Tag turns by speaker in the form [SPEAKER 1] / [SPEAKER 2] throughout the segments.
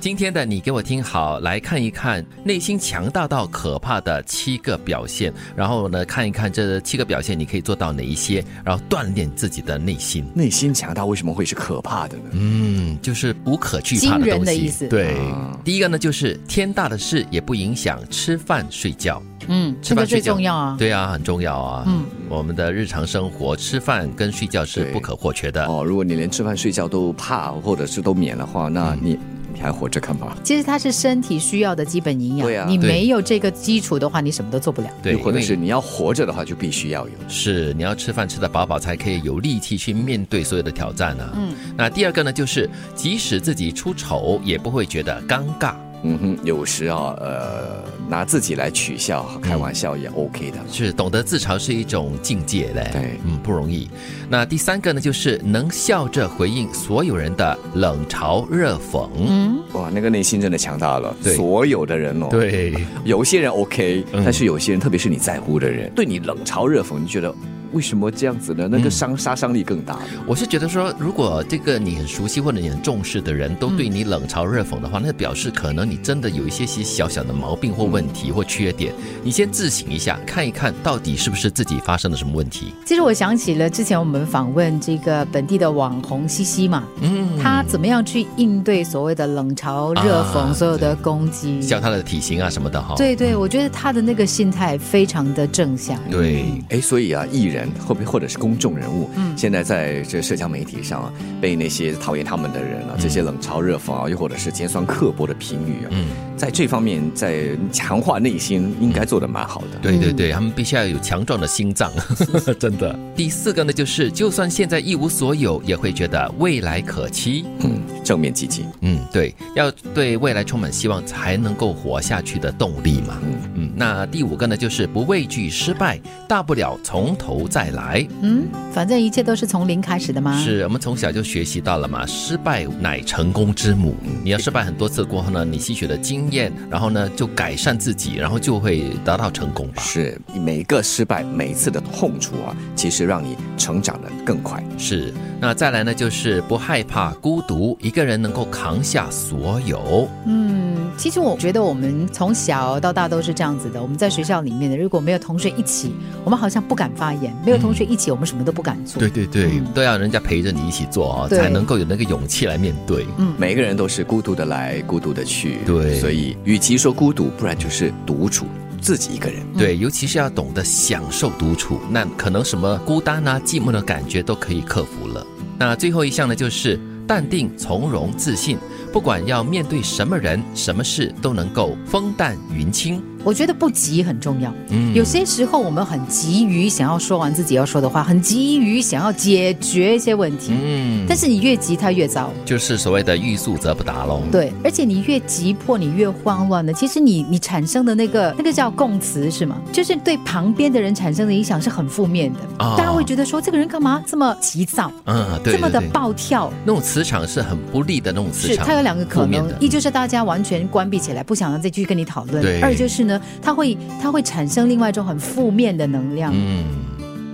[SPEAKER 1] 今天的你给我听好，来看一看内心强大到可怕的七个表现，然后呢，看一看这七个表现你可以做到哪一些，然后锻炼自己的内心。
[SPEAKER 2] 内心强大为什么会是可怕的呢？
[SPEAKER 1] 嗯，就是无可惧怕的
[SPEAKER 3] 惊人
[SPEAKER 1] 东
[SPEAKER 3] 的意
[SPEAKER 1] 西。
[SPEAKER 3] 思
[SPEAKER 1] 对
[SPEAKER 3] 嗯
[SPEAKER 2] 啊，
[SPEAKER 1] 第一个呢，就是天大的事也不影响吃饭睡觉。
[SPEAKER 3] 嗯，
[SPEAKER 1] 吃
[SPEAKER 3] 这
[SPEAKER 1] 饭
[SPEAKER 3] 个
[SPEAKER 1] 睡
[SPEAKER 3] 最
[SPEAKER 1] 觉
[SPEAKER 3] 重要啊。
[SPEAKER 1] 对啊，很重要啊。
[SPEAKER 3] 嗯，
[SPEAKER 1] 我们的日常生活，吃饭跟睡觉是
[SPEAKER 2] 对
[SPEAKER 1] 不可或缺的。
[SPEAKER 2] 哦，如果你连吃饭睡觉都怕，或者是都免的话，那你、
[SPEAKER 1] 嗯
[SPEAKER 2] 你还活着干嘛？
[SPEAKER 3] 其实它是身体需要的基本营养，
[SPEAKER 2] 对啊
[SPEAKER 3] 你
[SPEAKER 1] 对
[SPEAKER 3] 没有这个基础的话，你什么都做不了。
[SPEAKER 1] 对，
[SPEAKER 2] 又或者
[SPEAKER 1] 因为
[SPEAKER 2] 是你要活着的话，就必须要有。
[SPEAKER 1] 是你要吃饭吃得饱饱，才可以有力气去面对所有的挑战啊。
[SPEAKER 3] 嗯，
[SPEAKER 1] 那第二个呢，就是即使自己出丑，也不会觉得尴尬。
[SPEAKER 2] 嗯哼，有时啊，呃，拿自己来取笑、开玩笑
[SPEAKER 1] 嗯
[SPEAKER 2] 也 OK 的。
[SPEAKER 1] 是懂得自嘲是一种境界嘞，
[SPEAKER 2] 对
[SPEAKER 1] 嗯，不容易。那第三个呢，就是能笑着回应所有人的冷嘲热讽。
[SPEAKER 3] 嗯，
[SPEAKER 2] 哇，那个内心真的强大了，
[SPEAKER 1] 对
[SPEAKER 2] 所有的人哦，，
[SPEAKER 1] 对，
[SPEAKER 2] 有些人 OK，、
[SPEAKER 1] 嗯
[SPEAKER 2] 但是有些人，特别是你在乎的人，对你冷嘲热讽，你觉得为什么这样子呢？那
[SPEAKER 1] 嗯
[SPEAKER 2] 个伤、杀伤力更大。
[SPEAKER 1] 我是觉得说，如果这个你很熟悉或者你很重视的人都对你冷嘲热讽的话，那表示可能你真的有一些些小小的毛病或问题或缺点，你先自省一下，看一看到底是不是自己发生了什么问题。
[SPEAKER 3] 其实我想起了之前我们访问这个本地的网红西西嘛，
[SPEAKER 1] 嗯，
[SPEAKER 3] 她怎么样去应对所谓的冷嘲热
[SPEAKER 1] 啊
[SPEAKER 3] 讽、所有的
[SPEAKER 1] 对
[SPEAKER 3] 攻击？
[SPEAKER 1] 像他的体型啊什么的哈，
[SPEAKER 3] 对对，我觉得她的那个心态非常的正向。
[SPEAKER 1] 对，
[SPEAKER 2] 哎，所以啊，艺人后面或者是公众人物，
[SPEAKER 3] 嗯
[SPEAKER 2] 现在在这社交媒体上啊，被那些讨厌他们的人啊，这些冷嘲热讽啊，又或者是尖酸刻薄的评语啊，
[SPEAKER 1] 嗯，
[SPEAKER 2] 在这方面，在强化内心，应该做得蛮好的。
[SPEAKER 1] 对对对，他们必须要有强壮的心脏， 真的。第四个呢，就是就算现在一无所有，也会觉得未来可期。
[SPEAKER 2] 嗯，正面积极。
[SPEAKER 1] 嗯，对，要对未来充满希望，才能够活下去的动力嘛。
[SPEAKER 2] 嗯，
[SPEAKER 1] 嗯，那第五个呢，就是不畏惧失败，大不了从头再来。
[SPEAKER 3] 嗯，反正一切都是从零开始的嘛。
[SPEAKER 1] 是我们从小就学习到了嘛，失败乃成功之母。你要失败很多次过后呢，你吸取了经验，然后呢就改善自己，然后就会达到成功吧。
[SPEAKER 2] 是每个失败，每一次的痛楚啊，其实让你成长的更快。
[SPEAKER 1] 是，那再来呢，就是不害怕孤独，一个人能够扛下所有。
[SPEAKER 3] 嗯，其实我觉得我们从小到大都是这样子的。我们在学校里面的，如果没有同学一起，我们好像不敢发言；没有同学一起，我们什么都不敢做。
[SPEAKER 1] 嗯对对
[SPEAKER 3] 嗯
[SPEAKER 1] 都要人家陪着你一起做哦，
[SPEAKER 3] 对
[SPEAKER 1] 才能够有那个勇气来面对。
[SPEAKER 2] 每个人都是孤独的来，孤独的去。
[SPEAKER 1] 对
[SPEAKER 2] 所以与其说孤独，不然就是独处，自己一个人。
[SPEAKER 3] 嗯
[SPEAKER 1] 对，尤其是要懂得享受独处，那可能什么孤单啊、寂寞的感觉都可以克服了。那最后一项呢，就是淡定、从容、自信，不管要面对什么人、什么事，都能够风淡云轻。
[SPEAKER 3] 我觉得不急很重要。
[SPEAKER 1] 嗯
[SPEAKER 3] 有些时候我们很急于想要说完自己要说的话，很急于想要解决一些问题，
[SPEAKER 1] 嗯，
[SPEAKER 3] 但是你越急它越糟。
[SPEAKER 1] 就是所谓的欲速则不达喽。
[SPEAKER 3] 对，而且你越急迫，你越慌乱的。其实你你产生的那个那个叫供词是吗？就是对旁边的人产生的影响是很负面的。
[SPEAKER 1] 啊
[SPEAKER 3] 大家会觉得说这个人干嘛这么急躁，
[SPEAKER 1] 嗯，对，
[SPEAKER 3] 这么的
[SPEAKER 1] 对对
[SPEAKER 3] 暴跳？
[SPEAKER 1] 那种磁场是很不利的那种磁
[SPEAKER 3] 是，
[SPEAKER 1] 场，
[SPEAKER 3] 它有两个可
[SPEAKER 1] 负面
[SPEAKER 3] 能
[SPEAKER 1] 的，
[SPEAKER 3] 一就是大家完全关闭起来，不想要再继续跟你讨
[SPEAKER 1] 对
[SPEAKER 3] 论；二就是呢，它会它会产生另外一种很负面的能量。
[SPEAKER 1] 嗯，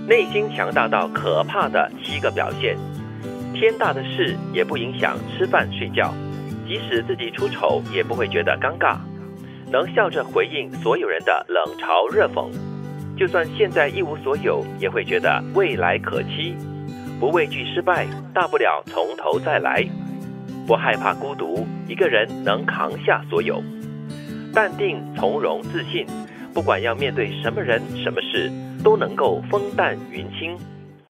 [SPEAKER 1] 内心强大到可怕的七个表现，天大的事也不影响吃饭睡觉，即使自己出丑也不会觉得尴尬，能笑着回应所有人的冷嘲热讽，就算现在一无所有，也会觉得未来可期，不畏惧失败，大不了从头再来，不害怕孤独，一个人能扛下所有，淡定从容自信。不管要面对什么人、什么事，都能够风淡云轻。